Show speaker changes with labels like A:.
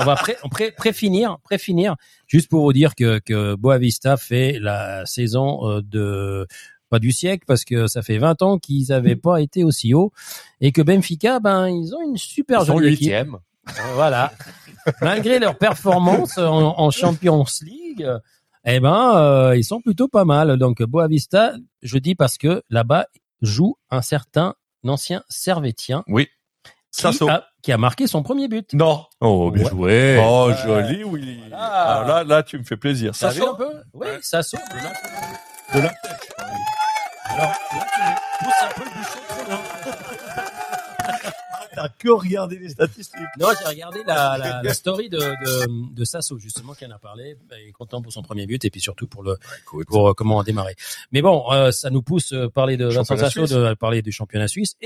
A: on va pré, on pré, préfinir, préfinir, juste pour vous dire que, que Boavista fait la saison euh, de pas du siècle parce que ça fait 20 ans qu'ils n'avaient pas été aussi haut et que Benfica, ben ils ont une super
B: Ils sont
A: jolie équipe. Euh,
B: huitième.
A: Voilà. Malgré leur performance en, en Champions League, eh ben, euh, ils sont plutôt pas mal. Donc, Boavista, je dis parce que là-bas joue un certain ancien Servetien
C: Oui.
A: qui, a, qui a marqué son premier but.
B: Non.
C: Oh, bien
A: Ouais.
C: joué.
B: Oh, joli, Willy.
A: Voilà.
B: Alors là, là, tu me fais plaisir.
A: Ça
B: Ça
A: saute un
B: sort
A: peu Oui, ça saute.
B: de là.
A: Alors, là, tu pousses un peu le bouchon trop loin.
D: T'as que regardé les statistiques.
A: Non, j'ai regardé la, la, la story de, de, de Sasso, justement, qui en a parlé. Ben, Il est content pour son premier but et puis surtout pour le pour euh, comment démarrer. Mais bon, euh, ça nous pousse à parler de Vincent
B: Championnat
A: Sasso,
B: suisse.
A: de parler du championnat suisse. Et